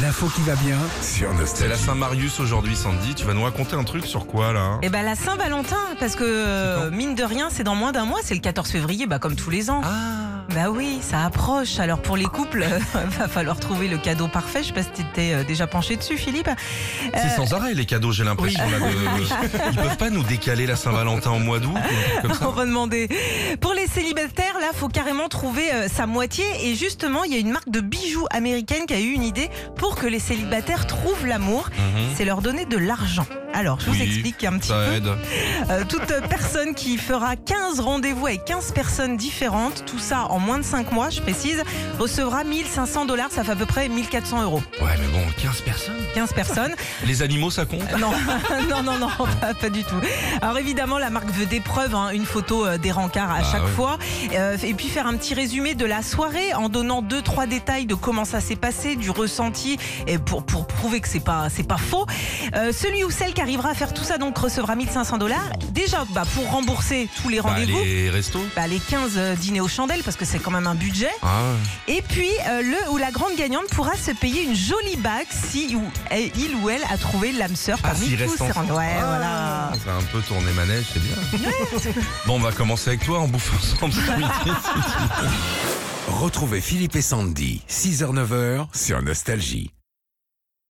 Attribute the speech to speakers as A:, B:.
A: L'info qui va bien.
B: Sur
C: C'est
B: Nostalgie.
C: la Saint-Marius aujourd'hui, Sandy. Tu vas nous raconter un truc sur quoi, là hein
D: Et bah la Saint-Valentin, parce que euh, mine de rien, c'est dans moins d'un mois, c'est le 14 février, bah comme tous les ans.
C: Ah
D: Bah oui, ça approche. Alors pour les couples, va falloir trouver le cadeau parfait. Je sais pas si t'étais euh, déjà penché dessus, Philippe.
C: C'est sans arrêt, les cadeaux, j'ai l'impression. là, de- Ils peuvent pas nous décaler la Saint-Valentin au mois d'août ou un truc comme
D: On
C: ça
D: va demander. Pour les célibataires, là, faut carrément trouver euh, sa moitié. Et justement, il y a une marque de bijoux américaine qui a eu une idée pour que les célibataires trouvent l'amour.
C: Mhm.
D: C'est leur donner de l'argent. Alors, je vous
C: Oui, Bah,
D: explique un petit peu.
C: Ça aide.
D: Euh, toute personne qui fera 15 rendez-vous avec 15 personnes différentes, tout ça en moins de 5 mois, je précise, recevra 1500 dollars, ça fait à peu près 1400 euros.
C: Ouais, mais bon, 15 personnes.
D: 15 personnes
C: Les animaux, ça compte
D: Non, non, non, non, pas, pas du tout. Alors évidemment, la marque veut des preuves, hein, une photo euh, des rencarts à
C: Bah
D: chaque
C: oui.
D: fois, Euh, et puis faire un petit résumé de la soirée en donnant deux, trois détails de comment ça s'est passé, du ressenti, et pour, pour prouver que c'est pas, c'est pas faux. Euh, celui ou celle qui arrivera à faire tout ça donc recevra 1500 dollars. Déjà, bah, pour rembourser tous les
C: Bah,
D: rendez-vous.
C: les restos
D: bah, les 15 euh, dîners aux chandelles parce que c'est quand même un budget.
C: ah, ouais.
D: Et puis euh, le ou la grande gagnante pourra se payer une jolie bague si ou eh, il ou elle a trouvé l'âme sœur
C: Ah,
D: parmi
C: s'il
D: tous
C: reste
D: ces
C: ensemble.
D: rendez-vous. Ouais,
C: Ah, Ça a un peu tourné manège, c'est bien. bon, on va commencer avec toi, on bouffe ensemble. ce midi.
A: Retrouvez Philippe et Sandy, 6h-9h
B: Sur Nostalgie.